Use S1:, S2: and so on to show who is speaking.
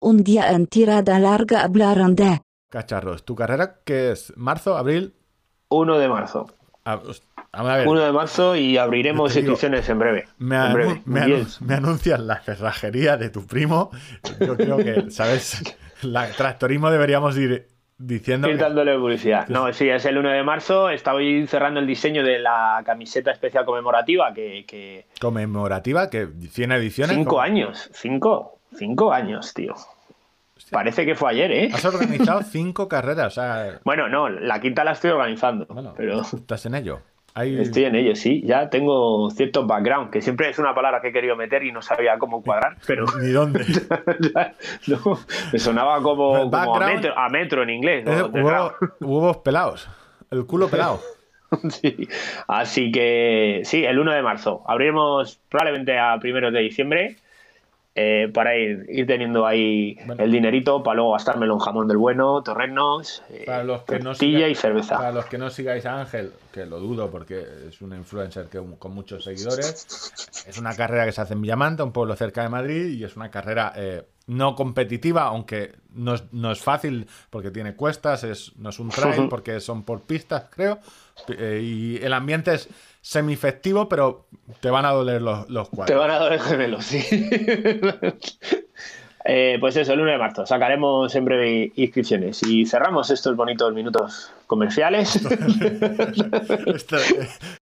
S1: un día en tirada larga hablaron de...
S2: Cacharros, ¿tu carrera qué es? ¿Marzo, abril?
S3: 1 de marzo.
S2: Ah, host- vamos a ver.
S3: 1 de marzo y abriremos
S2: Yo te digo,
S3: inscripciones en breve.
S2: Me,
S3: en
S2: anu-
S3: breve.
S2: me
S3: Y
S2: anu-
S3: es-
S2: me anuncias la cerrajería de tu primo. Yo creo que, ¿sabes? La tractorismo deberíamos ir diciendo.
S3: ir
S2: que-
S3: dándole publicidad. No, sí, es el 1 de marzo. Estoy cerrando el diseño de la camiseta especial conmemorativa que... que...
S2: conmemorativa, que 100 ediciones.
S3: Cinco
S2: como-
S3: años. Cinco. Cinco años, tío. Parece que fue ayer, ¿eh?
S2: Has organizado cinco carreras. O sea,
S3: Bueno, no, la quinta la estoy organizando,
S2: bueno,
S3: pero
S2: estás en ello. Hay-
S3: estoy en ello, sí. Ya tengo cierto background, que siempre es una palabra que he querido meter y no sabía cómo cuadrar, pero
S2: Ni dónde.
S3: no, me sonaba como, como a,
S2: Background-
S3: metro, a metro en inglés. ¿no?
S2: Eh,
S3: De
S2: huevos, huevos pelados. El culo pelado.
S3: round. Sí. Así que sí, el 1 de marzo. Abriremos probablemente a primeros de diciembre eh, para ir, ir teniendo ahí
S2: Bueno.
S3: el dinerito para luego gastármelo en jamón del bueno, torrenos, eh,
S2: Para los que no
S3: tortilla
S2: siga-
S3: y cerveza.
S2: Para los que no sigáis a Ángel, que lo dudo porque es un influencer que, con muchos seguidores, es una carrera que se hace en Villamanta, un pueblo cerca de Madrid, y es una carrera eh, no competitiva, aunque no es, no es fácil porque tiene cuestas, es, no es un trail porque son por pistas, creo, p- eh, y el ambiente es semifestivo, pero te van a doler los, los cuadros.
S3: Te van a dar gemelos, sí. Eh, pues eso, el 1 de marzo. Sacaremos en breve inscripciones. Y cerramos estos bonitos minutos comerciales.
S2: Esto-